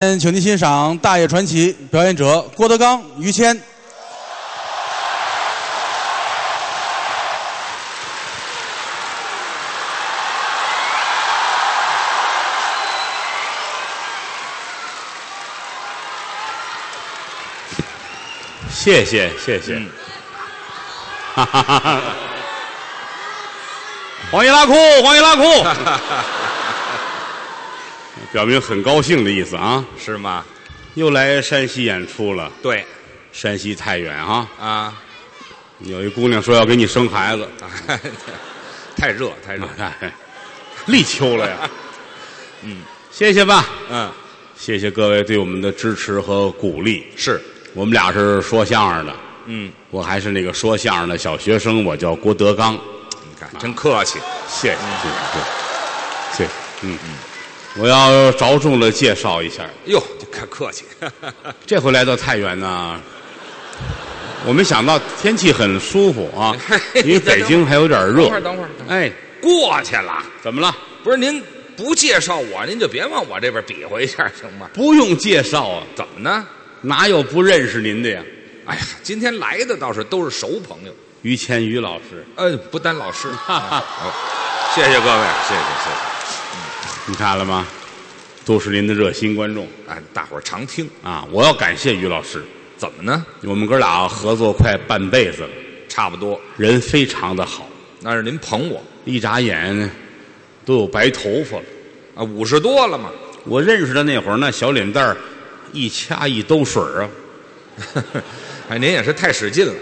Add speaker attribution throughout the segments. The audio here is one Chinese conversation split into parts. Speaker 1: 嗯，请您欣赏《大爷传奇》，表演者郭德纲、于谦。
Speaker 2: 谢谢谢谢。
Speaker 3: 嗯
Speaker 2: 哈哈哈哈 黄易拉库，黄易拉 库，表明很高兴的意思啊！
Speaker 3: 是吗？
Speaker 2: 又来山西演出了，
Speaker 3: 对
Speaker 2: 山西太原啊，
Speaker 3: 啊，
Speaker 2: 有一姑娘说要给你生孩子，
Speaker 3: 太热太热，
Speaker 2: 哎，立秋了呀。嗯，谢谢吧，
Speaker 3: 嗯，
Speaker 2: 谢谢各位对我们的支持和鼓励。
Speaker 3: 是，
Speaker 2: 我们俩是说相声的，
Speaker 3: 嗯，
Speaker 2: 我还是那个说相声的小学生，我叫郭德纲。
Speaker 3: 你看真客气，
Speaker 2: 谢谢，谢谢，谢谢，嗯嗯，我要着重的介绍一下，
Speaker 3: 哟，你看客气，，
Speaker 2: 这回来到太原呢，我没想到天气很舒服 啊因为北京还有点热。
Speaker 3: 等会儿等会儿等会
Speaker 2: 哎，
Speaker 3: 过去了。
Speaker 2: 怎么了？
Speaker 3: 不是您不介绍我，您就别往我这边比划一下 行吗？
Speaker 2: 不用介绍啊，
Speaker 3: 怎么呢？
Speaker 2: 哪有不认识您的呀？
Speaker 3: 哎呀，今天来的倒是都是熟朋友，
Speaker 2: 于谦于老师，
Speaker 3: 呃，不单老师，哦
Speaker 2: 哈哈，
Speaker 3: 谢谢各位，谢谢谢谢，
Speaker 2: 你看了吗？都是您的热心观众
Speaker 3: 哎，大伙儿常听，
Speaker 2: 啊！我要感谢于老师，
Speaker 3: 怎么呢？
Speaker 2: 我们哥俩合作快半辈子了，
Speaker 3: 差不多，
Speaker 2: 人非常的好，
Speaker 3: 那是您捧我
Speaker 2: 一眨眼都有白头发了。
Speaker 3: 啊，五十多了嘛，
Speaker 2: 我认识他那会儿，那小脸蛋儿一掐一兜水儿啊，
Speaker 3: 哎，您也是太使劲了，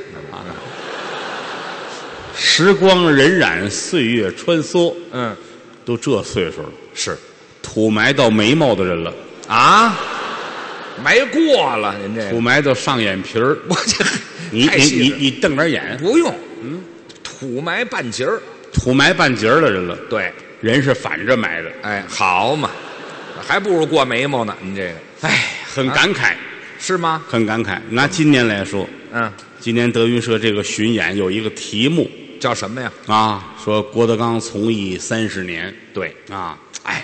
Speaker 2: 时光荏苒，岁月穿梭，
Speaker 3: 嗯，
Speaker 2: 都这岁数了，
Speaker 3: 是
Speaker 2: 土埋到眉毛的人了，
Speaker 3: 啊，没过了，您这
Speaker 2: 土
Speaker 3: 个，
Speaker 2: 埋到上眼皮儿。
Speaker 3: 我这
Speaker 2: 你
Speaker 3: 太
Speaker 2: 你
Speaker 3: 细
Speaker 2: 你
Speaker 3: 致了
Speaker 2: 你瞪点眼，
Speaker 3: 不用，嗯，土埋半截儿，
Speaker 2: 土埋半截儿的人了，
Speaker 3: 对，
Speaker 2: 人是反着埋的，
Speaker 3: 哎，好嘛，还不如过眉毛呢，您这个
Speaker 2: 哎，很感慨，
Speaker 3: 是吗？
Speaker 2: 很感慨。拿今年来说，
Speaker 3: 嗯，
Speaker 2: 今年德云社这个巡演有一个题目
Speaker 3: 叫什么呀？
Speaker 2: 啊，说郭德纲从艺三十年
Speaker 3: 对，
Speaker 2: 啊，哎，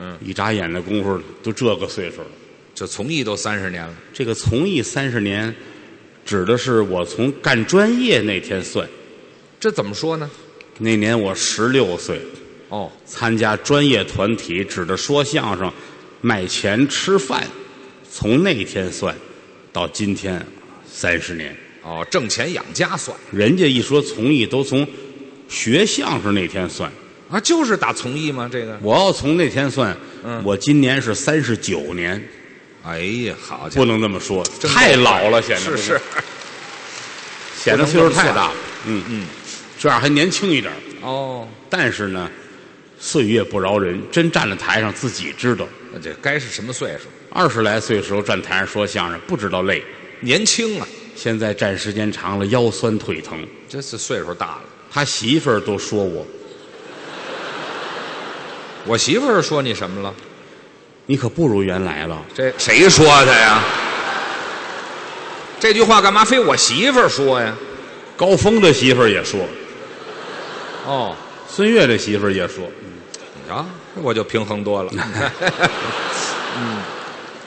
Speaker 2: 嗯，一眨眼的功夫都这个岁数了。
Speaker 3: 这从艺都三十年了，
Speaker 2: 这个从艺三十年，指的是我从干专业那天算。
Speaker 3: 这怎么说呢？
Speaker 2: 那年我十六岁，
Speaker 3: 哦，
Speaker 2: 参加专业团体，指着说相声、卖钱、吃饭，从那天算到今天三十年。
Speaker 3: 哦，挣钱养家算
Speaker 2: 人家一说从艺，都从学相声那天算。
Speaker 3: 啊，就是打从艺吗？这个，
Speaker 2: 我要从那天算，
Speaker 3: 嗯
Speaker 2: 我今年是三十九年，
Speaker 3: 哎呀，好家
Speaker 2: 不
Speaker 3: 伙，
Speaker 2: 能这么说，
Speaker 3: 真够
Speaker 2: 太老了，显得
Speaker 3: 是是，
Speaker 2: 显得岁数太大了。嗯
Speaker 3: 嗯，
Speaker 2: 这样还年轻一点儿。
Speaker 3: 哦，
Speaker 2: 但是呢，岁月不饶人，真站在台上自己知道。
Speaker 3: 那这该是什么岁数？
Speaker 2: 二十来岁时候站台上说相声，不知道累；
Speaker 3: 年轻啊，
Speaker 2: 现在站时间长了，腰酸腿疼。
Speaker 3: 这是岁数大了。
Speaker 2: 他媳妇儿都说我，
Speaker 3: 我媳妇儿说你什么了？
Speaker 2: 你可不如原来了。
Speaker 3: 这谁说的呀？这句话干嘛非我媳妇儿说呀？
Speaker 2: 高峰的媳妇儿也说，
Speaker 3: 哦，
Speaker 2: 孙越的媳妇儿也说，
Speaker 3: 啊，我就平衡 多了。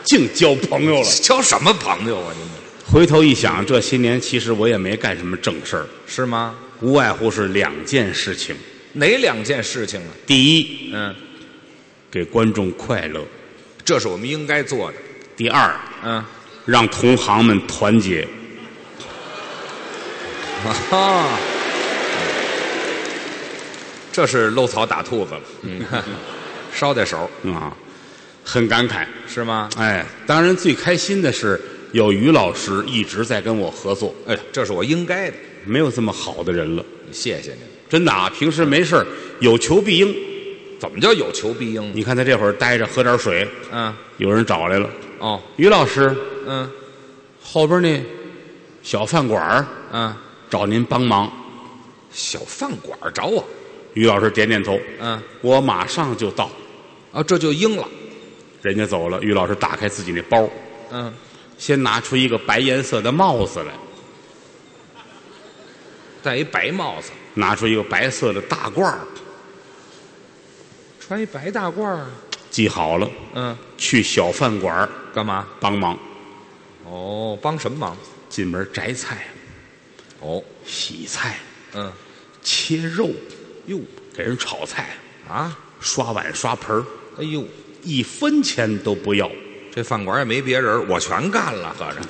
Speaker 2: 净交朋友了。
Speaker 3: 交什么朋友啊？您这
Speaker 2: 回头一想，这些年其实我也没干什么正事儿，
Speaker 3: 是吗？
Speaker 2: 无外乎是两件事情：
Speaker 3: 哪两件事情啊？
Speaker 2: 第一，
Speaker 3: 嗯，
Speaker 2: 给观众快乐；
Speaker 3: 这是我们应该做的。
Speaker 2: 第二，
Speaker 3: 嗯，
Speaker 2: 让同行们团结。
Speaker 3: 啊，这是搂草打兔子了。嗯， 捎带手
Speaker 2: 啊，很感慨。
Speaker 3: 是吗？
Speaker 2: 哎，当然最开心的是有于老师一直在跟我合作，
Speaker 3: 哎，这是我应该的。
Speaker 2: 没有这么好的人了。
Speaker 3: 谢谢您。
Speaker 2: 真的啊，平时没事儿有求必应。
Speaker 3: 怎么叫有求必应呢？
Speaker 2: 你看他这会儿待着喝点水，
Speaker 3: 嗯，
Speaker 2: 有人找来了，
Speaker 3: 哦，
Speaker 2: 于老师
Speaker 3: 嗯
Speaker 2: 后边那小饭馆儿
Speaker 3: 嗯，
Speaker 2: 找您帮忙。
Speaker 3: 小饭馆儿找我。
Speaker 2: 于老师点点头，
Speaker 3: 嗯，
Speaker 2: 我马上就到。
Speaker 3: 啊，这就应了。
Speaker 2: 人家走了，于老师打开自己那包，
Speaker 3: 嗯，
Speaker 2: 先拿出一个白颜色的帽子来，
Speaker 3: 戴一白帽子，
Speaker 2: 拿出一个白色的大褂儿
Speaker 3: 穿一白大褂儿，
Speaker 2: 记好了，
Speaker 3: 嗯，
Speaker 2: 去小饭馆儿
Speaker 3: 干嘛？
Speaker 2: 帮忙，
Speaker 3: 哦，帮什么忙？
Speaker 2: 进门摘菜、
Speaker 3: 哦，
Speaker 2: 洗菜、
Speaker 3: 嗯，
Speaker 2: 切肉，
Speaker 3: 哟
Speaker 2: 给人炒菜、
Speaker 3: 啊，
Speaker 2: 刷碗、刷盆儿，
Speaker 3: 哎呦，
Speaker 2: 一分钱都不要，
Speaker 3: 这饭馆也没别人，我全干了，合着。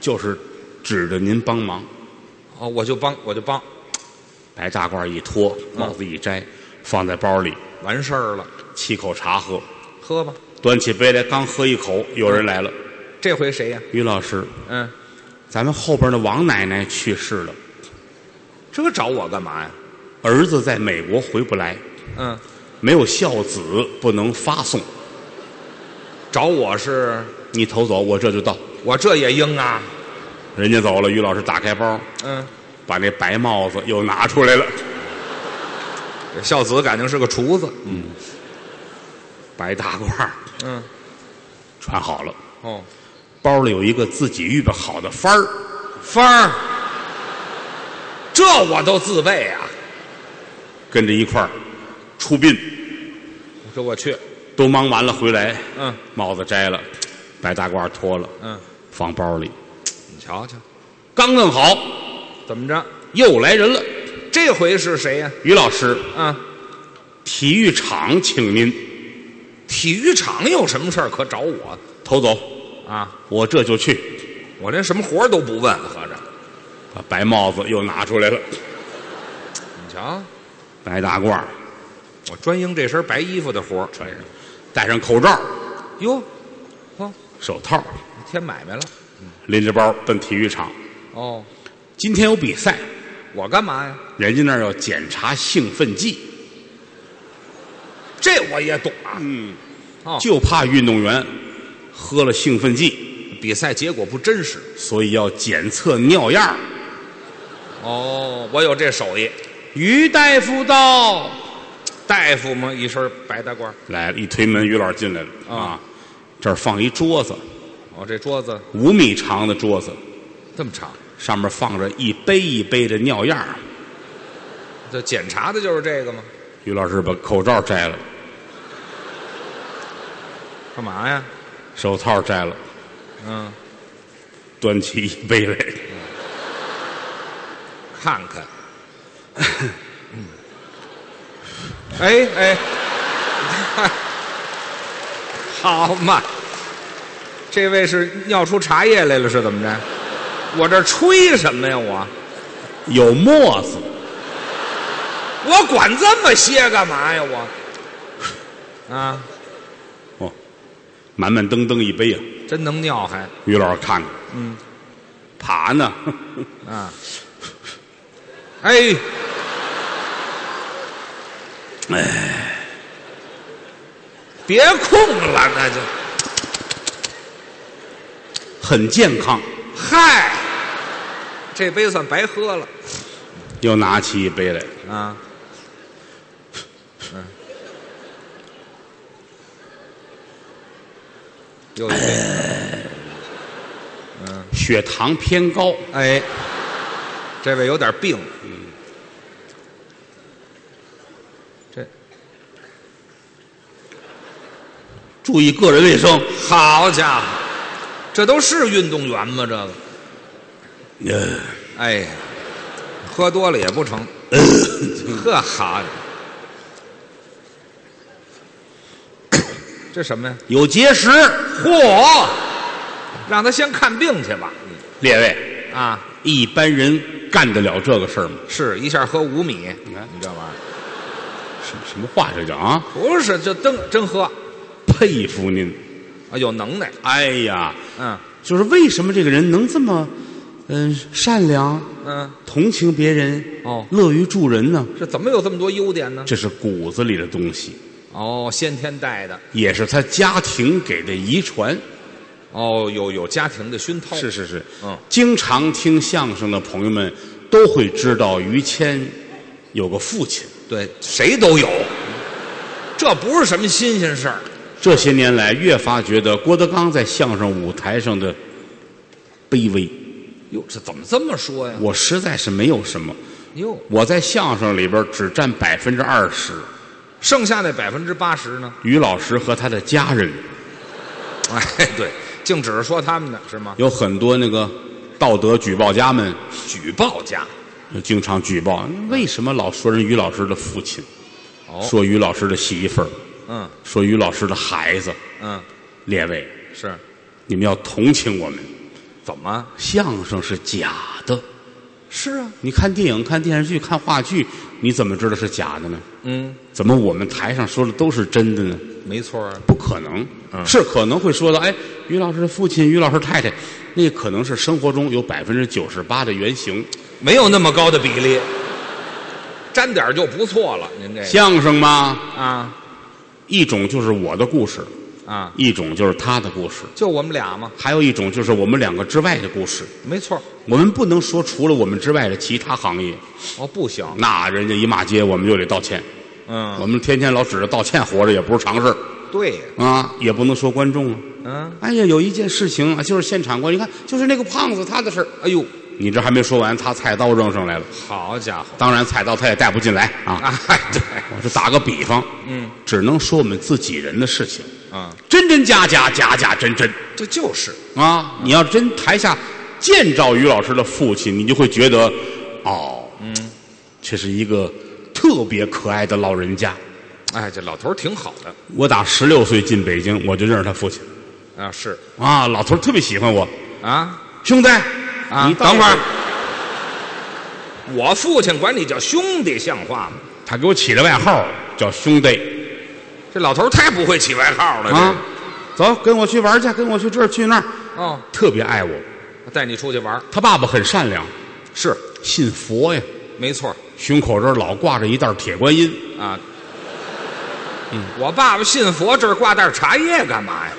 Speaker 2: 就是指着您帮忙。
Speaker 3: 哦，我就帮，我就帮，
Speaker 2: 白大褂一脱，帽子一摘，放在包里，
Speaker 3: 完事儿了，
Speaker 2: 沏口茶喝，
Speaker 3: 喝吧。
Speaker 2: 端起杯来刚喝一口，有人来了，
Speaker 3: 这回谁呀、
Speaker 2: 于老师，
Speaker 3: 嗯，
Speaker 2: 咱们后边的王奶奶去世了，
Speaker 3: 这找我干嘛呀？
Speaker 2: 儿子在美国回不来，
Speaker 3: 嗯，
Speaker 2: 没有孝子不能发送，
Speaker 3: 找我是，
Speaker 2: 你头走，我这就到。
Speaker 3: 我这也应啊。
Speaker 2: 人家走了，于老师打开包，
Speaker 3: 嗯，
Speaker 2: 把那白帽子又拿出来了，
Speaker 3: 这孝子感情是个厨子。
Speaker 2: 白大褂
Speaker 3: 嗯，
Speaker 2: 穿好了，
Speaker 3: 哦，
Speaker 2: 包里有一个自己预备好的幡儿，
Speaker 3: 芳儿，这我都自备啊。
Speaker 2: 跟着一块儿出殡，
Speaker 3: 我说我去，
Speaker 2: 都忙完了回来，
Speaker 3: 嗯
Speaker 2: 帽子摘了，白大褂脱了，
Speaker 3: 嗯，
Speaker 2: 放包里，
Speaker 3: 你嗯瞧瞧，
Speaker 2: 刚弄好，
Speaker 3: 怎么着？
Speaker 2: 又来人了，
Speaker 3: 这回是谁呀、
Speaker 2: 于老师，
Speaker 3: 啊？
Speaker 2: 体育场请您
Speaker 3: 体育场有什么事儿可找我
Speaker 2: 头走，
Speaker 3: 啊？
Speaker 2: 我这就去。
Speaker 3: 我连什么活儿都不问，合着
Speaker 2: 把白帽子又拿出来了，
Speaker 3: 你瞧，
Speaker 2: 白大褂
Speaker 3: 我专应这身白衣服的活儿
Speaker 2: 穿上，戴上口罩、
Speaker 3: 哟，嚯，
Speaker 2: 手套，
Speaker 3: 添买卖了
Speaker 2: 拎着包奔体育场。
Speaker 3: 哦。
Speaker 2: 今天有比赛，
Speaker 3: 我干嘛呀？
Speaker 2: 人家那儿要检查兴奋剂，
Speaker 3: 这我也懂啊。
Speaker 2: 就怕运动员喝了兴奋剂，
Speaker 3: 比赛结果不真实
Speaker 2: 所以要检测尿样儿。
Speaker 3: 哦，我有这手艺。于大夫到，大夫嘛，一身白大褂。
Speaker 2: 来了，一推门，于老师进来了啊！这儿放一桌子，
Speaker 3: 哦，这桌子
Speaker 2: 五米长的桌子，
Speaker 3: 这么长，
Speaker 2: 上面放着一杯一杯的尿样儿。
Speaker 3: 这检查的就是这个吗？
Speaker 2: 于老师把口罩摘了，
Speaker 3: 干嘛呀？
Speaker 2: 手套摘了，
Speaker 3: 嗯，
Speaker 2: 端起一杯来，
Speaker 3: 看看。 哎哎， 好嘛，这位是尿出茶叶来了是怎么着？我这吹什么呀我？
Speaker 2: 有沫子，
Speaker 3: 我管这么些干嘛呀？我，啊，
Speaker 2: 哦，满满登登一杯呀、
Speaker 3: 真能尿还
Speaker 2: 于老师看看，嗯，爬呢，
Speaker 3: 啊！哎，
Speaker 2: 哎，
Speaker 3: 别空了，那就
Speaker 2: 很健康，
Speaker 3: 嗨，这杯算白喝了
Speaker 2: 又拿起一杯来，
Speaker 3: 啊！嗯，又一杯，
Speaker 2: 血糖偏高，
Speaker 3: 哎，这位有点病，嗯，这
Speaker 2: 注意个人卫生。
Speaker 3: 好家伙，这都是运动员吗？这个，
Speaker 2: 呃，
Speaker 3: 哎呀，喝多了也不成。呵，好，这什么呀？
Speaker 2: 有结石，
Speaker 3: 嚯，让他先看病去吧。
Speaker 2: 列位，
Speaker 3: 啊，
Speaker 2: 一般人干得了这个事儿吗？
Speaker 3: 是一下喝五米，
Speaker 2: 你看
Speaker 3: 你知道吗？
Speaker 2: 什什么话这叫啊？
Speaker 3: 不是，这真真喝
Speaker 2: 佩服您！
Speaker 3: 啊，有能耐。
Speaker 2: 哎呀，
Speaker 3: 嗯
Speaker 2: 就是为什么这个人能这么，嗯、善良、
Speaker 3: 嗯，
Speaker 2: 同情别人，
Speaker 3: 哦
Speaker 2: 乐于助人呢？
Speaker 3: 这怎么有这么多优点呢？
Speaker 2: 这是骨子里的东西，
Speaker 3: 哦，先天带的。
Speaker 2: 也是他家庭给的遗传。
Speaker 3: 哦，有有家庭的熏陶。
Speaker 2: 是是是，
Speaker 3: 嗯
Speaker 2: 经常听相声的朋友们都会知道于谦有个父亲。
Speaker 3: 对，谁都有，这不是什么新鲜事儿。
Speaker 2: 这些年来，越发觉得郭德纲在相声舞台上的卑微，
Speaker 3: 哟，这怎么这么说呀？
Speaker 2: 我实在是没有什么。
Speaker 3: 哟，
Speaker 2: 我在相声里边只占百分之二十，
Speaker 3: 剩下那百分之八十呢？
Speaker 2: 于老师和他的家人
Speaker 3: 哎，对，净指着说他们的是吗？
Speaker 2: 有很多那个道德举报家们，
Speaker 3: 举报家
Speaker 2: 就经常举报，为什么老说人于老师的父亲，
Speaker 3: 哦
Speaker 2: 说于老师的媳妇儿，
Speaker 3: 嗯
Speaker 2: 说于老师的孩子？
Speaker 3: 嗯，
Speaker 2: 列位，
Speaker 3: 是，
Speaker 2: 你们要同情我们，
Speaker 3: 怎么？
Speaker 2: 相声是假的。
Speaker 3: 是啊，
Speaker 2: 你看电影、看电视剧、看话剧，你怎么知道是假的呢？
Speaker 3: 嗯，
Speaker 2: 怎么我们台上说的都是真的呢？
Speaker 3: 没错啊，
Speaker 2: 不可能，是可能会说到，哎，于老师的父亲、于老师太太，那可能是生活中有百分之九十八的原型。
Speaker 3: 没有那么高的比例，沾点儿就不错了。您这个
Speaker 2: 相声嘛，
Speaker 3: 啊
Speaker 2: 一种就是我的故事，
Speaker 3: 啊，
Speaker 2: 一种就是他的故事，
Speaker 3: 就我们俩嘛，
Speaker 2: 还有一种就是我们两个之外的故事。
Speaker 3: 没错。
Speaker 2: 我们不能说除了我们之外的其他行业，
Speaker 3: 哦，不行，
Speaker 2: 那人家一骂街，我们就得道歉。
Speaker 3: 嗯，
Speaker 2: 我们天天老指着道歉活着也不是常事
Speaker 3: 对，
Speaker 2: 儿啊，也不能说观众啊。
Speaker 3: 嗯，
Speaker 2: 哎呀，有一件事情啊，就是现场观，你看，就是那个胖子他的事儿。
Speaker 3: 哎呦，
Speaker 2: 你这还没说完，他菜刀扔上来了。
Speaker 3: 好家伙，
Speaker 2: 当然，菜刀他也带不进来啊。
Speaker 3: 啊， 对，
Speaker 2: 我是打个比方，
Speaker 3: 嗯，
Speaker 2: 只能说我们自己人的事情，
Speaker 3: 啊，
Speaker 2: 真真假假，假假真真
Speaker 3: 这就是
Speaker 2: 啊！你要真台下见着于老师的父亲，你就会觉得，哦，嗯，这是一个特别可爱的老人家。
Speaker 3: 哎，这老头儿挺好的
Speaker 2: 我打十六岁进北京，我就认识他父亲
Speaker 3: 啊，是
Speaker 2: 啊，老头儿特别喜欢我，
Speaker 3: 啊
Speaker 2: 兄弟，
Speaker 3: 啊，
Speaker 2: 你到
Speaker 3: 等会儿，我父亲管你叫兄弟，像话吗？
Speaker 2: 他给我起的外号叫兄弟
Speaker 3: 这老头儿太不会起外号了，
Speaker 2: 啊，走，跟我去玩去，跟我去这儿去那儿，
Speaker 3: 这个哦，
Speaker 2: 特别爱我。
Speaker 3: 带你出去玩儿
Speaker 2: 他爸爸很善良，
Speaker 3: 是
Speaker 2: 信佛呀，
Speaker 3: 没错
Speaker 2: 胸口这儿老挂着一袋铁观音，
Speaker 3: 啊。嗯，我爸爸信佛，这儿挂袋茶叶干嘛呀？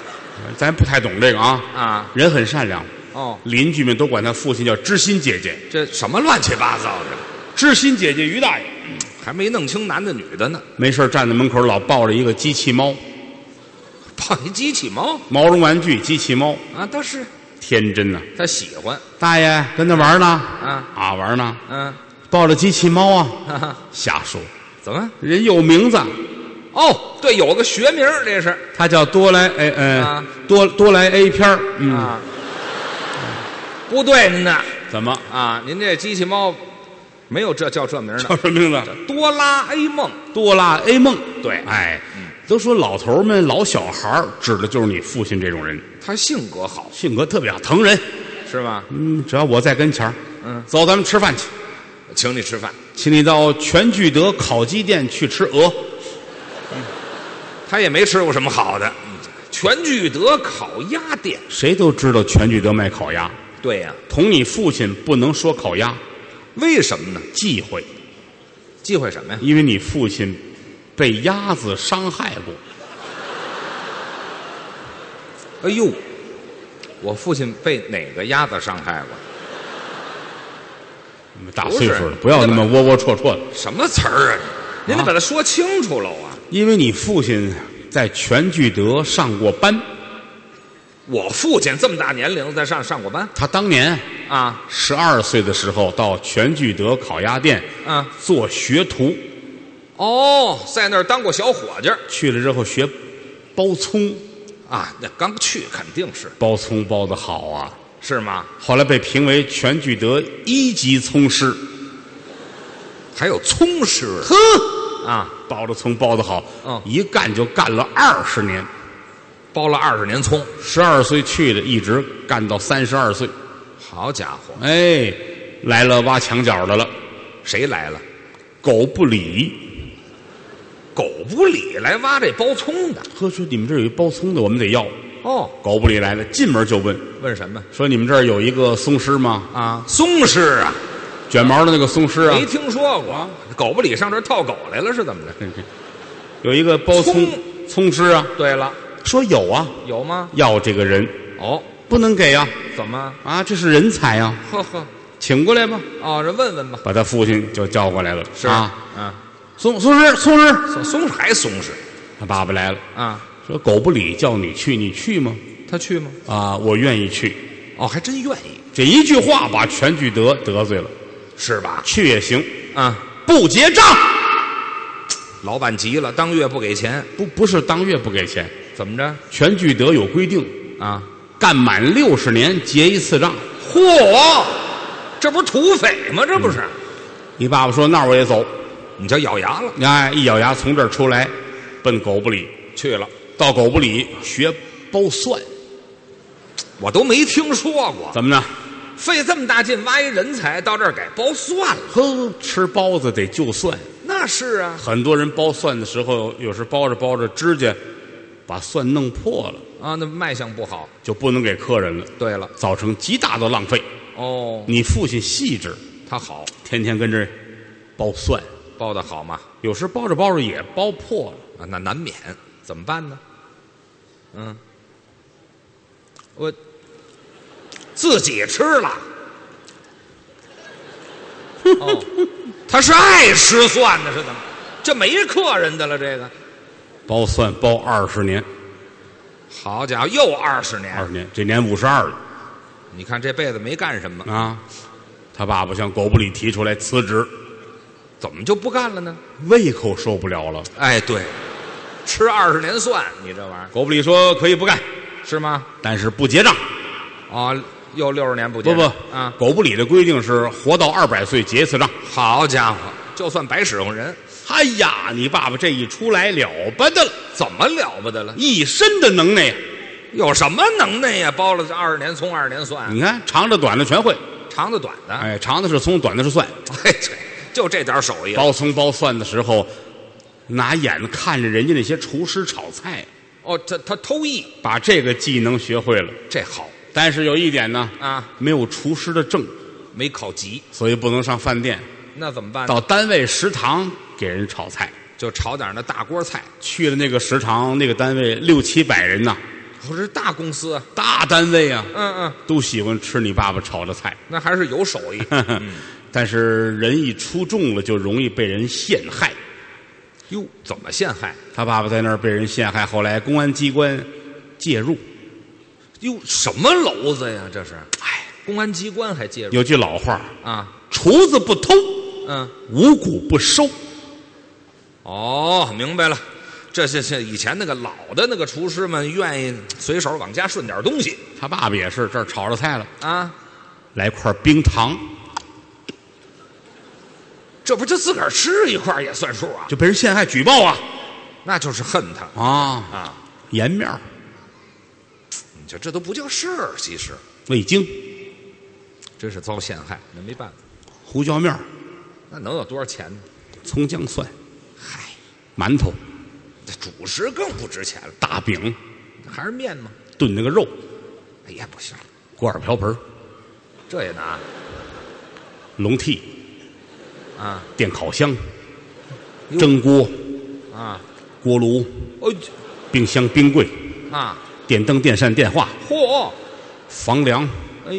Speaker 2: 咱不太懂这个啊。
Speaker 3: 啊，
Speaker 2: 人很善良，
Speaker 3: 哦，
Speaker 2: 邻居们都管他父亲叫知心姐姐，
Speaker 3: 这什么乱七八糟的，
Speaker 2: 知心姐姐于大爷。
Speaker 3: 还没弄清男的女的呢，
Speaker 2: 没事儿站在门口老抱着一个机器猫，
Speaker 3: 抱一机器猫
Speaker 2: 毛绒玩具机器猫，
Speaker 3: 啊，倒是
Speaker 2: 天真呐、
Speaker 3: 他喜欢，
Speaker 2: 大爷跟他玩呢，
Speaker 3: 啊
Speaker 2: 啊玩呢，
Speaker 3: 嗯、
Speaker 2: 抱着机器猫啊，
Speaker 3: 哈哈，
Speaker 2: 瞎说，
Speaker 3: 怎么？
Speaker 2: 人有名字，
Speaker 3: 哦，对，有个学名儿这是
Speaker 2: 他叫多来哎呃、
Speaker 3: 啊
Speaker 2: 多多来 A 片儿嗯，
Speaker 3: 啊，不对呢
Speaker 2: 怎么
Speaker 3: 啊，您这机器猫没有这叫这名儿
Speaker 2: 叫
Speaker 3: 的，
Speaker 2: 什么名字？
Speaker 3: 哆啦 A 梦
Speaker 2: 多拉 A 梦，
Speaker 3: 对
Speaker 2: 哎，都说老头儿们老小孩儿指的就是你父亲这种人，
Speaker 3: 他性格好
Speaker 2: 性格特别好，疼人。
Speaker 3: 是吧？
Speaker 2: 嗯，只要我在跟前儿，
Speaker 3: 嗯，
Speaker 2: 走，咱们吃饭去，
Speaker 3: 请你吃饭，
Speaker 2: 请你到全聚德烤鸡店去吃鹅，
Speaker 3: 他也没吃过什么好的。嗯全聚德烤鸭店，
Speaker 2: 谁都知道全聚德卖烤鸭，
Speaker 3: 对呀、
Speaker 2: 同你父亲不能说烤鸭，
Speaker 3: 为什么呢？
Speaker 2: 忌讳，
Speaker 3: 忌讳什么呀？
Speaker 2: 因为你父亲被鸭子伤害过，
Speaker 3: 哎呦，我父亲被哪个鸭子伤害过？
Speaker 2: 大
Speaker 3: 不
Speaker 2: 岁
Speaker 3: 是
Speaker 2: 数了，不要那么窝窝戳戳的，
Speaker 3: 什么词儿啊你？您得把它说清楚喽啊！
Speaker 2: 因为你父亲在全聚德上过班，
Speaker 3: 我父亲这么大年龄在上上过班
Speaker 2: 他当年
Speaker 3: 啊，
Speaker 2: 十二岁的时候到全聚德烤鸭店
Speaker 3: 嗯，
Speaker 2: 做学徒，
Speaker 3: 哦，在那儿当过小伙计儿
Speaker 2: 去了之后学包葱，
Speaker 3: 啊，那刚去肯定是
Speaker 2: 包葱包的好啊。
Speaker 3: 是吗？
Speaker 2: 后来被评为全聚德一级葱师，
Speaker 3: 还有葱师
Speaker 2: 呵，
Speaker 3: 啊，
Speaker 2: 包着葱包的好，
Speaker 3: 嗯
Speaker 2: 一干就干了二十年，
Speaker 3: 包了二十年葱，
Speaker 2: 十二岁去的，一直干到三十二岁，
Speaker 3: 好家伙，
Speaker 2: 哎，来了挖墙角的了，
Speaker 3: 谁来了？
Speaker 2: 狗不理，
Speaker 3: 狗不理来挖这包葱的
Speaker 2: 呵，说你们这儿有一包葱的，我们得要，
Speaker 3: 哦，
Speaker 2: 狗不理来了，进门就问，
Speaker 3: 问什么
Speaker 2: 说你们这儿有一个松狮吗？
Speaker 3: 啊？松狮啊，
Speaker 2: 卷毛的那个松狮啊
Speaker 3: 没，听说过，狗不理上这儿套狗来了是怎么着？
Speaker 2: 有一个包葱葱师啊，
Speaker 3: 对了，
Speaker 2: 说有啊，
Speaker 3: 有吗？
Speaker 2: 要这个人
Speaker 3: 哦，
Speaker 2: 不能给啊，
Speaker 3: 怎么？
Speaker 2: 啊，这是人才啊，
Speaker 3: 呵呵，
Speaker 2: 请过来吧。
Speaker 3: 哦，这问问吧。
Speaker 2: 把他父亲就叫过来了。啊，
Speaker 3: 啊，
Speaker 2: 松松狮，松狮，
Speaker 3: 松松还松狮
Speaker 2: 他爸爸来了，
Speaker 3: 啊？
Speaker 2: 说狗不理叫你去，你去吗？
Speaker 3: 他去吗？
Speaker 2: 啊，我愿意去。
Speaker 3: 哦，还真愿意，
Speaker 2: 这一句话把全聚德得罪了，
Speaker 3: 是吧？
Speaker 2: 去也行，
Speaker 3: 啊，
Speaker 2: 不结账。
Speaker 3: 老板急了，当月不给钱，
Speaker 2: 不不是当月不给钱，
Speaker 3: 怎么着
Speaker 2: 全聚德有规定，
Speaker 3: 啊？
Speaker 2: 干满六十年结一次账。
Speaker 3: 嚯，这不是土匪吗？这不是？
Speaker 2: 你爸爸说那我也走，
Speaker 3: 嗯你叫咬牙了，
Speaker 2: 哎，一咬牙从这儿出来，奔狗不理，
Speaker 3: 去了，
Speaker 2: 到狗不理学剥蒜，
Speaker 3: 我都没听说过，
Speaker 2: 怎么呢？
Speaker 3: 费这么大劲挖一人才，到这儿给剥蒜了，
Speaker 2: 哼，吃包子得就蒜。
Speaker 3: 那是啊，
Speaker 2: 很多人剥蒜的时候，有时剥着剥着指甲，把蒜弄破了，
Speaker 3: 啊，那卖相不好。
Speaker 2: 就不能给客人了，
Speaker 3: 对了，
Speaker 2: 造成极大的浪费。
Speaker 3: 哦，
Speaker 2: 你父亲细致，
Speaker 3: 他好，
Speaker 2: 天天跟这儿剥蒜，
Speaker 3: 包的好嘛，
Speaker 2: 有时剥着剥着也剥破了，
Speaker 3: 啊，那难免，怎么办呢？嗯，我自己吃了。哦，他是爱吃蒜的，是怎么？这没客人的了，这个
Speaker 2: 剥蒜剥二十年，
Speaker 3: 好家伙，又二十年
Speaker 2: 二，十年，这年五十二了。
Speaker 3: 你看这辈子没干什么，
Speaker 2: 啊，他爸爸向狗不理提出来辞职，
Speaker 3: 怎么就不干了呢？
Speaker 2: 胃口受不了了。
Speaker 3: 哎，对，吃二十年蒜，你这玩意儿
Speaker 2: 狗不理说可以不干，
Speaker 3: 是吗？
Speaker 2: 但是不结账。
Speaker 3: 啊、又六十年不
Speaker 2: 不
Speaker 3: 见
Speaker 2: 不
Speaker 3: 啊，
Speaker 2: 狗不理的规定是活到二百岁结一次账。
Speaker 3: 好家伙，就算白使唤人，
Speaker 2: 哎呀，你爸爸这一出来了不得了，
Speaker 3: 怎么了不得了？
Speaker 2: 一身的能耐呀！
Speaker 3: 有什么能耐呀？包了这二十年葱，二十年蒜，
Speaker 2: 你看长的短的全会，
Speaker 3: 长的短的， 哎，
Speaker 2: 哎，长的是葱，短的是蒜。
Speaker 3: 对，就这点手艺。
Speaker 2: 剥葱剥蒜的时候，拿眼看着人家那些厨师炒菜，
Speaker 3: 哦，他他偷艺，
Speaker 2: 把这个技能学会了。
Speaker 3: 这好
Speaker 2: 但是有一点呢，
Speaker 3: 啊，
Speaker 2: 没有厨师的证，
Speaker 3: 没考级，
Speaker 2: 所以不能上饭店。
Speaker 3: 那怎么办呢？
Speaker 2: 到单位食堂给人炒菜，
Speaker 3: 就炒点那大锅菜，
Speaker 2: 去了那个食堂，那个单位六七百人呐，
Speaker 3: 我是大公司啊，
Speaker 2: 大单位啊，
Speaker 3: 嗯嗯，
Speaker 2: 都喜欢吃你爸爸炒的菜。
Speaker 3: 那还是有手艺。
Speaker 2: 但是人一出众了，就容易被人陷害。
Speaker 3: 哟，怎么陷害？
Speaker 2: 他爸爸在那儿被人陷害，后来公安机关介入。
Speaker 3: 哟，什么娄子呀？这是
Speaker 2: 哎，
Speaker 3: 公安机关还介入
Speaker 2: 有句老话，
Speaker 3: 啊？
Speaker 2: 厨子不偷，
Speaker 3: 嗯，
Speaker 2: 五谷不收。
Speaker 3: 哦，明白了。这这这以前那个老的那个厨师们愿意随手往家顺点东西
Speaker 2: 他爸爸也是，这儿炒着菜了，
Speaker 3: 啊，
Speaker 2: 来块冰糖，
Speaker 3: 这不就自个儿吃一块儿也算数啊？
Speaker 2: 就被人陷害举报啊
Speaker 3: 那就是恨他
Speaker 2: 啊！
Speaker 3: 啊！
Speaker 2: 颜面儿、
Speaker 3: 你这这都不叫事儿，其实
Speaker 2: 味精、
Speaker 3: 真是遭陷害，那没办法。
Speaker 2: 胡椒面儿、
Speaker 3: 那能有多少钱呢？
Speaker 2: 葱姜蒜、
Speaker 3: 嗨，
Speaker 2: 馒头、
Speaker 3: 这主食更不值钱了，
Speaker 2: 大饼
Speaker 3: 还是面吗？
Speaker 2: 炖那个肉，
Speaker 3: 哎呀，不行，
Speaker 2: 锅碗瓢盆、
Speaker 3: 这也拿
Speaker 2: 笼屉、
Speaker 3: 啊
Speaker 2: 电烤箱、
Speaker 3: 哟
Speaker 2: 蒸锅、
Speaker 3: 啊！
Speaker 2: 锅炉、
Speaker 3: 哦
Speaker 2: 冰箱、冰柜、
Speaker 3: 啊，
Speaker 2: 电灯、电扇、电话、
Speaker 3: 嚯，
Speaker 2: 房梁、
Speaker 3: 哎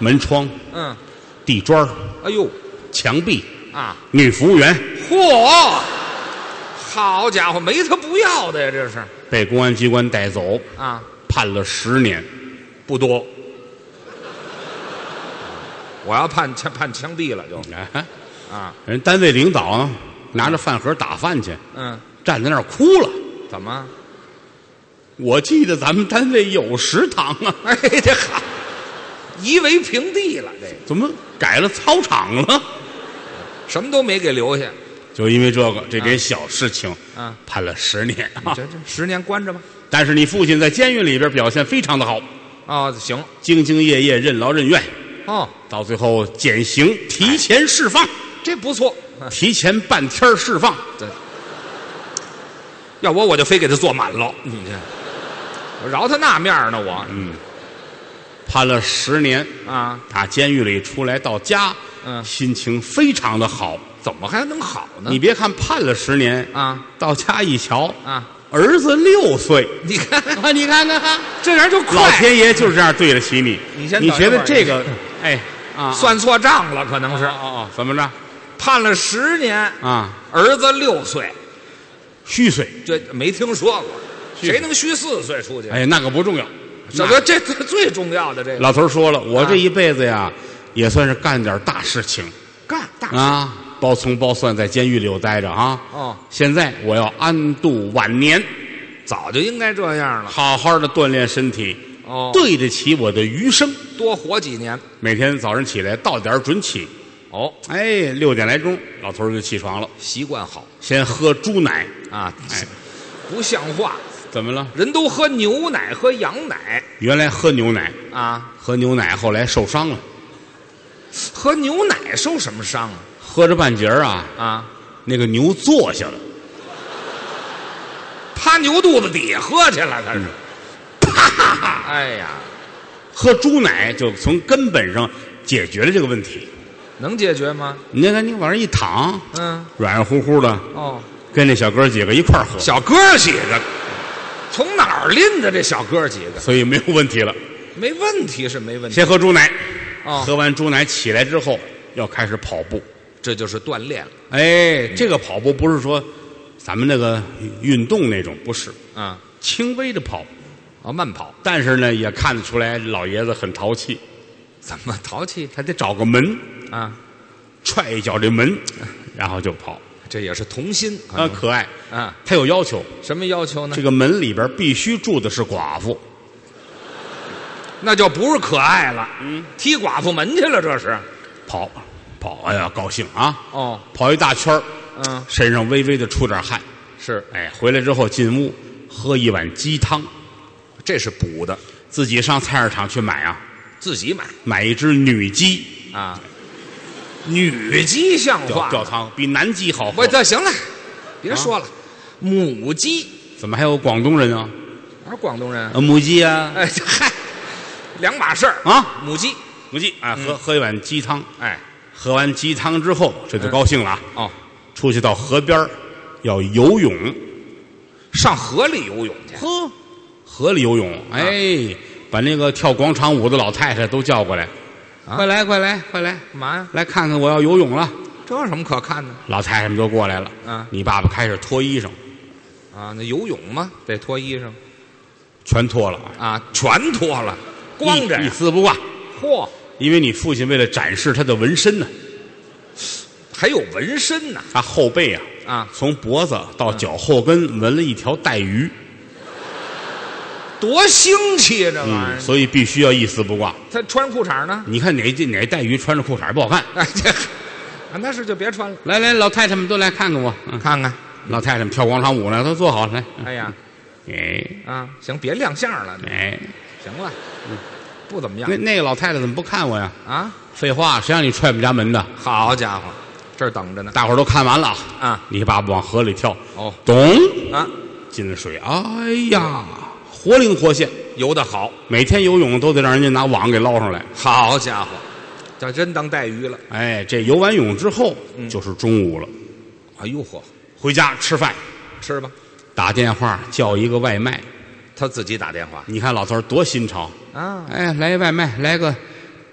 Speaker 2: 门窗、
Speaker 3: 嗯，
Speaker 2: 地砖儿、
Speaker 3: 哎呦
Speaker 2: 墙壁、
Speaker 3: 啊，
Speaker 2: 女服务员
Speaker 3: 嚯，好家伙，没他不要的呀，这是
Speaker 2: 被公安机关带走，
Speaker 3: 啊，
Speaker 2: 判了十年，
Speaker 3: 不多。我要判枪判枪毙了就
Speaker 2: 哎
Speaker 3: 啊，
Speaker 2: 人单位领导呢拿着饭盒打饭去，
Speaker 3: 嗯，
Speaker 2: 站在那儿哭了。
Speaker 3: 怎么？
Speaker 2: 我记得咱们单位有食堂啊，
Speaker 3: 哎，这好，夷为平地了，这个
Speaker 2: 怎么改了操场了？
Speaker 3: 什么都没给留下。
Speaker 2: 就因为这个这点小事情，
Speaker 3: 啊，
Speaker 2: 判了十年
Speaker 3: 你
Speaker 2: 啊！
Speaker 3: 这这十年关着吧。
Speaker 2: 但是你父亲在监狱里边表现非常的好，
Speaker 3: 哦，行，
Speaker 2: 兢兢业业、任劳任怨，
Speaker 3: 哦，
Speaker 2: 到最后减刑，提前释放，
Speaker 3: 这不错。 啊
Speaker 2: 提前半天儿释放。
Speaker 3: 这要我我就非给他做满了，你这我饶他那面儿呢，我
Speaker 2: 判了十年，
Speaker 3: 啊，
Speaker 2: 打监狱里出来到家，
Speaker 3: 嗯
Speaker 2: 心情非常的好。
Speaker 3: 怎么还能好呢？
Speaker 2: 你别看判了十年，
Speaker 3: 啊
Speaker 2: 到家一瞧，
Speaker 3: 啊，
Speaker 2: 儿子六岁，
Speaker 3: 你看
Speaker 2: 啊，你看看，
Speaker 3: 这人就
Speaker 2: 老
Speaker 3: 快
Speaker 2: 天爷就是这样对得起你。
Speaker 3: 你先等
Speaker 2: 你
Speaker 3: 一会
Speaker 2: 觉
Speaker 3: 儿
Speaker 2: 得这个，哎，啊，
Speaker 3: 算错账了，可能是
Speaker 2: 哦哦，怎么着
Speaker 3: 判了十年，
Speaker 2: 啊？
Speaker 3: 儿子六岁，
Speaker 2: 虚岁，
Speaker 3: 这没听说过，
Speaker 2: 虚岁
Speaker 3: 谁能虚四岁出去？
Speaker 2: 哎，那个不重要。
Speaker 3: 这
Speaker 2: 那
Speaker 3: 个这这最 重要的这个
Speaker 2: 老头儿说了，我
Speaker 3: 啊
Speaker 2: 这一辈子呀，也算是干点大事情
Speaker 3: 干大
Speaker 2: 啊，包葱包蒜在监狱里又待着啊。
Speaker 3: 哦
Speaker 2: 现在我要安度晚年，
Speaker 3: 早就应该这样了。
Speaker 2: 好好的锻炼身体，
Speaker 3: 哦，
Speaker 2: 对得起我的余生。
Speaker 3: 多活几年。
Speaker 2: 每天早上起来到点儿准起，
Speaker 3: 哦，
Speaker 2: 哎，六点来钟，老头儿就起床了，
Speaker 3: 习惯好
Speaker 2: 先喝猪奶。
Speaker 3: 啊，
Speaker 2: 哎，
Speaker 3: 不像话，
Speaker 2: 怎么了？
Speaker 3: 人都喝牛奶、喝羊奶
Speaker 2: 原来喝牛奶，
Speaker 3: 啊，
Speaker 2: 喝牛奶后来受伤了，
Speaker 3: 喝牛奶受什么伤啊？
Speaker 2: 喝着半截儿啊，
Speaker 3: 啊，
Speaker 2: 那个牛坐下了，
Speaker 3: 趴牛肚子底下喝去了，他是。啪！嗯哎呀，
Speaker 2: 喝猪奶就从根本上解决了这个问题。
Speaker 3: 能解决吗？
Speaker 2: 你看看，你往上一躺，
Speaker 3: 嗯，
Speaker 2: 软乎乎的，
Speaker 3: 哦，
Speaker 2: 跟那小哥几个一块儿喝，
Speaker 3: 小哥儿几个，从哪儿拎的这小哥儿几个？
Speaker 2: 所以没有问题了。
Speaker 3: 没问题是没问题，
Speaker 2: 先喝猪奶，
Speaker 3: 哦
Speaker 2: 喝完猪奶起来之后要开始跑步。
Speaker 3: 这就是锻炼了
Speaker 2: 哎，
Speaker 3: 嗯
Speaker 2: 这个跑步不是说咱们那个运动那种，不是
Speaker 3: 啊。
Speaker 2: 轻微的跑，
Speaker 3: 哦，慢跑
Speaker 2: 但是呢也看得出来老爷子很淘气，
Speaker 3: 怎么淘气
Speaker 2: 他得找个门
Speaker 3: 啊？
Speaker 2: 踹一脚这门，然后就跑
Speaker 3: 这也是童心
Speaker 2: 啊，可爱。
Speaker 3: 啊，
Speaker 2: 他有要求，
Speaker 3: 什么要求呢
Speaker 2: 这？个门里边必须住的是寡妇，
Speaker 3: 那就不是可爱了，嗯，踢寡妇门去了，这是。
Speaker 2: 跑跑，哎呀高兴啊，
Speaker 3: 哦，
Speaker 2: 跑一大圈儿
Speaker 3: 嗯，
Speaker 2: 身上微微的出点汗，
Speaker 3: 是，
Speaker 2: 哎，回来之后进屋喝一碗鸡汤，
Speaker 3: 这是补的，
Speaker 2: 自己上菜市场去买啊，
Speaker 3: 自己买
Speaker 2: 买一只女鸡
Speaker 3: 啊。女鸡像
Speaker 2: 吊
Speaker 3: 话
Speaker 2: 吊
Speaker 3: 吗，
Speaker 2: 汤，比男鸡好喝
Speaker 3: 我。这行了，别说了，母鸡，
Speaker 2: 怎么还有广东人啊？
Speaker 3: 哪儿广东人？
Speaker 2: 呃，母鸡啊，
Speaker 3: 哎，这嗨，两码事儿
Speaker 2: 啊，
Speaker 3: 母鸡，
Speaker 2: 母鸡啊，
Speaker 3: 嗯
Speaker 2: 喝喝一碗鸡汤，
Speaker 3: 哎，
Speaker 2: 喝完鸡汤之后，这就高兴了啊。
Speaker 3: 哦，
Speaker 2: 出去到河边儿要游泳，
Speaker 3: 上河里游泳去，
Speaker 2: 呵，河里游泳，哎，把那个跳广场舞的老太太都叫过来，
Speaker 3: 啊
Speaker 2: 快来，快来，快来，
Speaker 3: 干嘛呀？
Speaker 2: 来看看我要游泳了。
Speaker 3: 这有什么可看的
Speaker 2: 老太太们都过来了，
Speaker 3: 嗯
Speaker 2: 你爸爸开始脱衣裳，
Speaker 3: 啊？那游泳嘛，得脱衣裳
Speaker 2: 全脱了啊，
Speaker 3: 啊，全脱了，光着
Speaker 2: 一一
Speaker 3: 呀，
Speaker 2: 丝不挂，
Speaker 3: 嚯，
Speaker 2: 因为你父亲为了展示他的纹身呢，
Speaker 3: 还有纹身呢
Speaker 2: 他后背啊，
Speaker 3: 啊，
Speaker 2: 从脖子到脚后跟纹了一条带鱼，
Speaker 3: 多兴气啊！这玩意
Speaker 2: 嗯，
Speaker 3: 儿，
Speaker 2: 所以必须要一丝不挂。
Speaker 3: 他穿裤衩呢？
Speaker 2: 你看哪这哪带鱼穿着裤衩不好看？
Speaker 3: 哎，这啊，那是就别穿了，
Speaker 2: 来来，老太太们都来看看我。嗯，
Speaker 3: 看看。
Speaker 2: 老太太们跳广场舞呢，都坐好了来。
Speaker 3: 哎呀，
Speaker 2: 哎
Speaker 3: 啊，行，别亮相了，
Speaker 2: 哎，
Speaker 3: 行了，不怎么样
Speaker 2: 那那个老太太怎么不看我呀？
Speaker 3: 啊。
Speaker 2: 废话，谁让你踹我们家门的？
Speaker 3: 好家伙，这儿等着呢
Speaker 2: 大伙儿都看完了啊！
Speaker 3: 啊！
Speaker 2: 你爸爸往河里跳，
Speaker 3: 哦
Speaker 2: 咚，
Speaker 3: 啊，
Speaker 2: 进了水。哎呀，活灵活现。
Speaker 3: 游得好，
Speaker 2: 每天游泳都得让人家拿网给捞上来。
Speaker 3: 好家伙，这真当带鱼了。
Speaker 2: 哎，这游完泳之后就是中午了，
Speaker 3: 哎呦嚯，
Speaker 2: 回家吃饭，
Speaker 3: 吃吧，
Speaker 2: 打电话叫一个外卖。
Speaker 3: 他自己打电话
Speaker 2: 你看老头儿多新潮，
Speaker 3: 啊。
Speaker 2: 哎，来一外卖，来个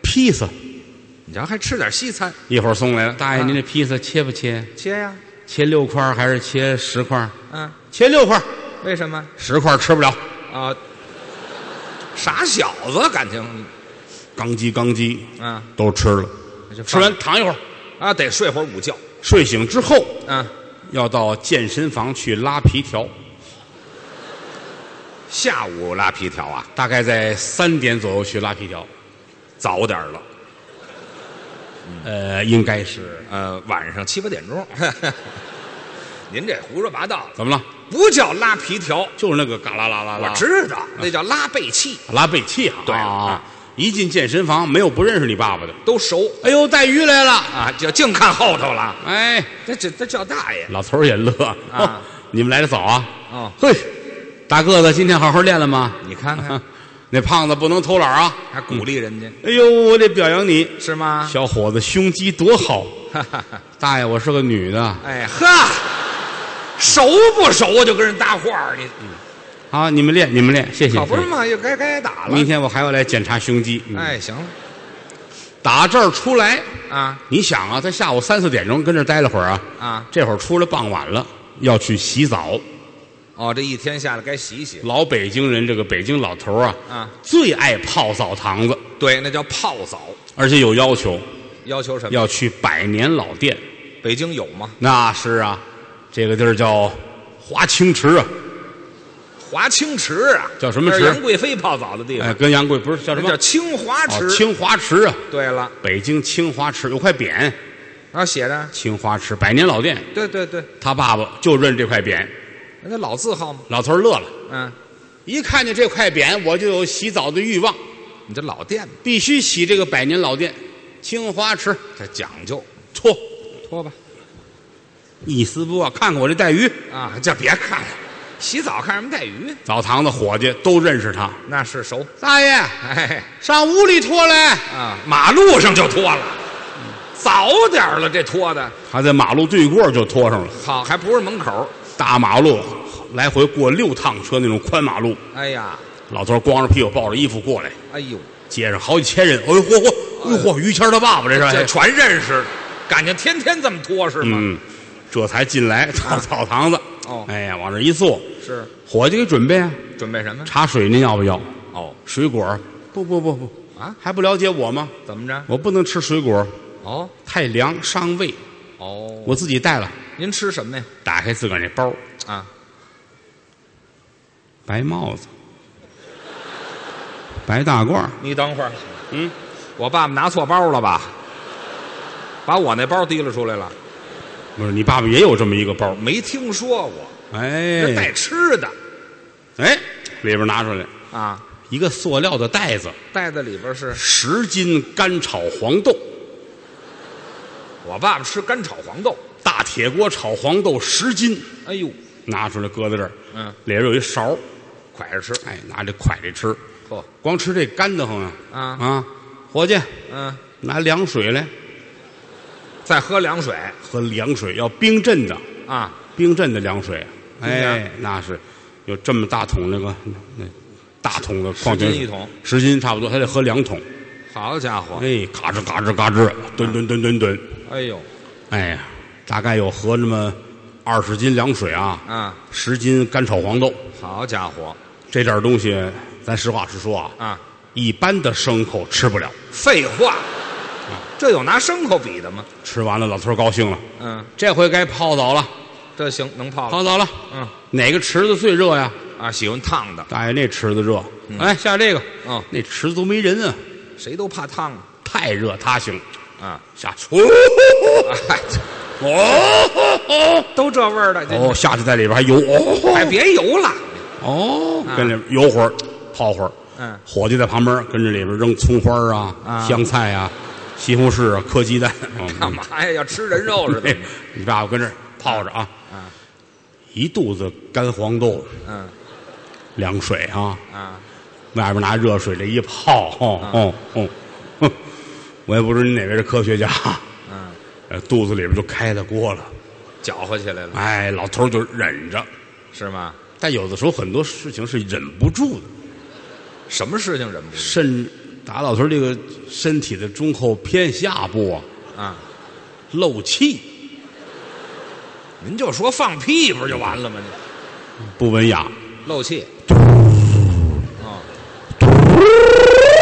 Speaker 2: 披萨。
Speaker 3: 你瞧，还吃点西餐，
Speaker 2: 一会儿送来了，大爷，
Speaker 3: 啊
Speaker 2: 您这披萨切不切？
Speaker 3: 切呀，
Speaker 2: 切六块儿还是切十块儿？
Speaker 3: 嗯，
Speaker 2: 切六块儿，
Speaker 3: 为什么
Speaker 2: 十块儿吃不了。
Speaker 3: 啊？傻小子，感情
Speaker 2: 刚叽刚叽，
Speaker 3: 啊，
Speaker 2: 都吃了。
Speaker 3: 就
Speaker 2: 吃完躺一会儿，
Speaker 3: 啊，得睡会儿午觉。
Speaker 2: 睡醒之后
Speaker 3: 啊，
Speaker 2: 要到健身房去拉皮条，
Speaker 3: 下午拉皮条啊，
Speaker 2: 大概在三点左右去拉皮条。
Speaker 3: 早点儿了，嗯
Speaker 2: 呃，应该是
Speaker 3: 呃，晚上七八点钟。 您这胡说八道，
Speaker 2: 怎么了？
Speaker 3: 不叫拉皮条，
Speaker 2: 就是那个嘎啦啦啦啦，
Speaker 3: 我知道，那叫拉背气，
Speaker 2: 拉背气啊。
Speaker 3: 对了
Speaker 2: 啊，一进健身房没有不认识你爸爸的。
Speaker 3: 都熟
Speaker 2: 哎呦，带鱼来了！
Speaker 3: 啊，就净看后头了。
Speaker 2: 哎，
Speaker 3: 这这这叫大爷
Speaker 2: 老头儿也乐
Speaker 3: 啊
Speaker 2: 哦你们来的早啊！
Speaker 3: 哦，
Speaker 2: 嘿，大个子，今天好好练了吗？
Speaker 3: 你看 看，
Speaker 2: 那胖子不能偷懒啊！
Speaker 3: 还鼓励人家
Speaker 2: 哎呦，我得表扬你，
Speaker 3: 是吗？
Speaker 2: 小伙子胸肌多好！
Speaker 3: 哈哈哈
Speaker 2: 大爷，我是个女的
Speaker 3: 哎呵，熟不熟就跟人搭话儿，你
Speaker 2: 啊！你们练，你们练，谢谢。
Speaker 3: 可不是
Speaker 2: 谢谢
Speaker 3: 嘛，又该该打了
Speaker 2: 明。天我还要来检查胸肌。嗯，
Speaker 3: 哎，行了
Speaker 2: 打这儿出来，
Speaker 3: 啊
Speaker 2: 你想啊，他下午三四点钟跟这儿待了会儿啊，
Speaker 3: 啊，
Speaker 2: 这会儿出来傍晚了，要去洗澡。
Speaker 3: 哦，这一天下来该洗洗
Speaker 2: 老北京人，这个北京老头儿啊，
Speaker 3: 啊。
Speaker 2: 最爱泡澡堂子，
Speaker 3: 对，那叫泡澡，
Speaker 2: 而且有要求，
Speaker 3: 要求什么？
Speaker 2: 要去百年老店。
Speaker 3: 北京有吗？
Speaker 2: 那是啊，这个地儿叫华清池啊，
Speaker 3: 哎华清池啊，
Speaker 2: 叫什么池
Speaker 3: 那是杨贵妃泡澡的地方，
Speaker 2: 哎，跟杨贵不是叫什
Speaker 3: 那
Speaker 2: 么
Speaker 3: 叫？清华
Speaker 2: 哦
Speaker 3: 池。，
Speaker 2: 清华池啊，
Speaker 3: 对了，
Speaker 2: 北京清华池有块匾，
Speaker 3: 然后啊写着，
Speaker 2: 清华池百年老店，
Speaker 3: 对对对，
Speaker 2: 他爸爸就认这块匾，
Speaker 3: 那老字号嘛，
Speaker 2: 老头儿乐了，
Speaker 3: 嗯，
Speaker 2: 一看见这块匾，我就有洗澡的欲望，
Speaker 3: 你这老店嘛，
Speaker 2: 必须洗这个百年老店，清华池，
Speaker 3: 这讲究，
Speaker 2: 搓，
Speaker 3: 脱吧
Speaker 2: 一丝不挂，看看我这带鱼，
Speaker 3: 啊，这别看了，洗澡看什么带鱼？
Speaker 2: 澡堂子伙计都认识他，
Speaker 3: 那是熟，
Speaker 2: 大爷
Speaker 3: 哎
Speaker 2: 上屋里脱来，
Speaker 3: 啊，马路上就脱了，早点儿了，这脱的
Speaker 2: 他在马路对过就脱上了，
Speaker 3: 好，还不是门口，
Speaker 2: 大马路来回过六趟车那种宽马路，
Speaker 3: 哎呀，
Speaker 2: 老头儿光着屁股抱着衣服过来，
Speaker 3: 哎呦，
Speaker 2: 街上好几千人，哎呦嚯嚯，哎呦嚯，于谦儿他爸爸这
Speaker 3: 这
Speaker 2: 是，
Speaker 3: 全认识，感情天天这么脱是吗？
Speaker 2: 嗯，这才进来到澡堂子，
Speaker 3: 哦
Speaker 2: 哎呀，往这一坐，
Speaker 3: 是
Speaker 2: 伙计给准备啊，
Speaker 3: 准备什么？
Speaker 2: 茶水您要不要？
Speaker 3: 哦，
Speaker 2: 水果儿？不不不不，
Speaker 3: 啊，
Speaker 2: 还不了解我吗？
Speaker 3: 怎么着？
Speaker 2: 我不能吃水果，
Speaker 3: 哦
Speaker 2: 太凉伤胃，
Speaker 3: 哦，
Speaker 2: 我自己带了。
Speaker 3: 您吃什么呀？
Speaker 2: 打开自个儿那包，
Speaker 3: 啊，
Speaker 2: 白帽子，白大褂儿，
Speaker 3: 你等会儿，
Speaker 2: 嗯，
Speaker 3: 我爸爸拿错包了吧？把我那包提溜出来了，
Speaker 2: 不是你爸爸也有这么一个包？
Speaker 3: 没听说过，这带
Speaker 2: 哎
Speaker 3: 吃的
Speaker 2: 哎，里边拿出来
Speaker 3: 啊，
Speaker 2: 一个塑料的袋子，
Speaker 3: 袋子里边是
Speaker 2: 十斤干炒黄豆，
Speaker 3: 我爸爸吃干炒黄豆，
Speaker 2: 大铁锅炒黄豆十斤，
Speaker 3: 哎呦，
Speaker 2: 拿出来搁在这儿，
Speaker 3: 嗯，
Speaker 2: 里边有一勺，
Speaker 3: 快着吃，
Speaker 2: 哎，拿这筷子吃，
Speaker 3: 嚯，
Speaker 2: 光吃这干的慌啊
Speaker 3: 啊
Speaker 2: 啊！伙计，
Speaker 3: 嗯，
Speaker 2: 拿凉水来，
Speaker 3: 再喝凉水
Speaker 2: 喝凉水要冰镇的，
Speaker 3: 啊，
Speaker 2: 冰镇的凉水，哎
Speaker 3: 凉，
Speaker 2: 那是有这么大桶那个那大桶的矿泉水，
Speaker 3: 十斤一桶，哦
Speaker 2: 十斤差不多，还得喝两桶，
Speaker 3: 好家伙，
Speaker 2: 哎，嘎吱嘎吱嘎吱，吨吨吨吨吨，
Speaker 3: 哎呦，
Speaker 2: 哎呀，大概有合那么二十斤凉水啊，
Speaker 3: 啊，
Speaker 2: 十斤干炒黄豆，
Speaker 3: 好家伙
Speaker 2: 这点东西，咱实话实说啊，
Speaker 3: 啊，
Speaker 2: 一般的牲口吃不了，
Speaker 3: 废话，这有拿牲口比的吗？
Speaker 2: 吃完了老头儿高兴了，
Speaker 3: 嗯，
Speaker 2: 这回该泡澡了，
Speaker 3: 这行能泡了，
Speaker 2: 泡澡了，
Speaker 3: 嗯
Speaker 2: 哪个池子最热呀？
Speaker 3: 啊，喜欢烫的，
Speaker 2: 大爷，那池子热，哎，下这个，
Speaker 3: 嗯
Speaker 2: 那池子都没人啊。
Speaker 3: 谁都怕烫啊
Speaker 2: 太热他行，
Speaker 3: 啊，
Speaker 2: 下去哦
Speaker 3: 哎
Speaker 2: 哦
Speaker 3: 都这味儿的，这
Speaker 2: 哦，下去在里边还游哦
Speaker 3: 哎，别游了，
Speaker 2: 哦，跟里边游会儿，泡会儿。
Speaker 3: 嗯，
Speaker 2: 伙计在旁边跟着里边扔葱花儿啊、
Speaker 3: 啊
Speaker 2: 香菜啊、西红柿啊、磕 鸡蛋。
Speaker 3: 干嘛呀？要吃人肉似
Speaker 2: 嗯？
Speaker 3: 的
Speaker 2: 哎，你爸爸跟这儿泡着啊
Speaker 3: 啊，
Speaker 2: 一肚子干黄豆
Speaker 3: 嗯
Speaker 2: 凉水啊，
Speaker 3: 啊，
Speaker 2: 外边拿热水这一泡，
Speaker 3: 嗯
Speaker 2: 哦哦哦，哼我也不知道你哪位是科学家，
Speaker 3: 嗯，
Speaker 2: 呃肚子里边就开了锅了。
Speaker 3: 搅和起来了
Speaker 2: 哎，老头儿就忍着，
Speaker 3: 是吗？
Speaker 2: 但有的时候很多事情是忍不住的，
Speaker 3: 什么事情忍不住
Speaker 2: 肾打老头儿这个身体的中后偏下部啊
Speaker 3: 啊？
Speaker 2: 漏气，
Speaker 3: 您就说放屁不就完了吗？你
Speaker 2: 不文雅，
Speaker 3: 漏气，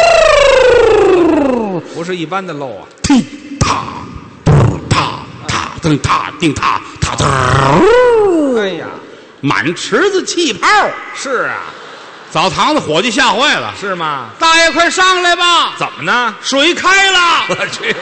Speaker 3: 哦，不是一般的漏啊，
Speaker 2: 踢踏嘟踏踏噔踏定踏踏噔，
Speaker 3: 哎呀，
Speaker 2: 满池子气泡，
Speaker 3: 是啊，
Speaker 2: 澡堂子伙计吓坏了，
Speaker 3: 是吗？
Speaker 2: 大爷快上来吧，
Speaker 3: 怎么呢？
Speaker 2: 水开了，
Speaker 3: 我去，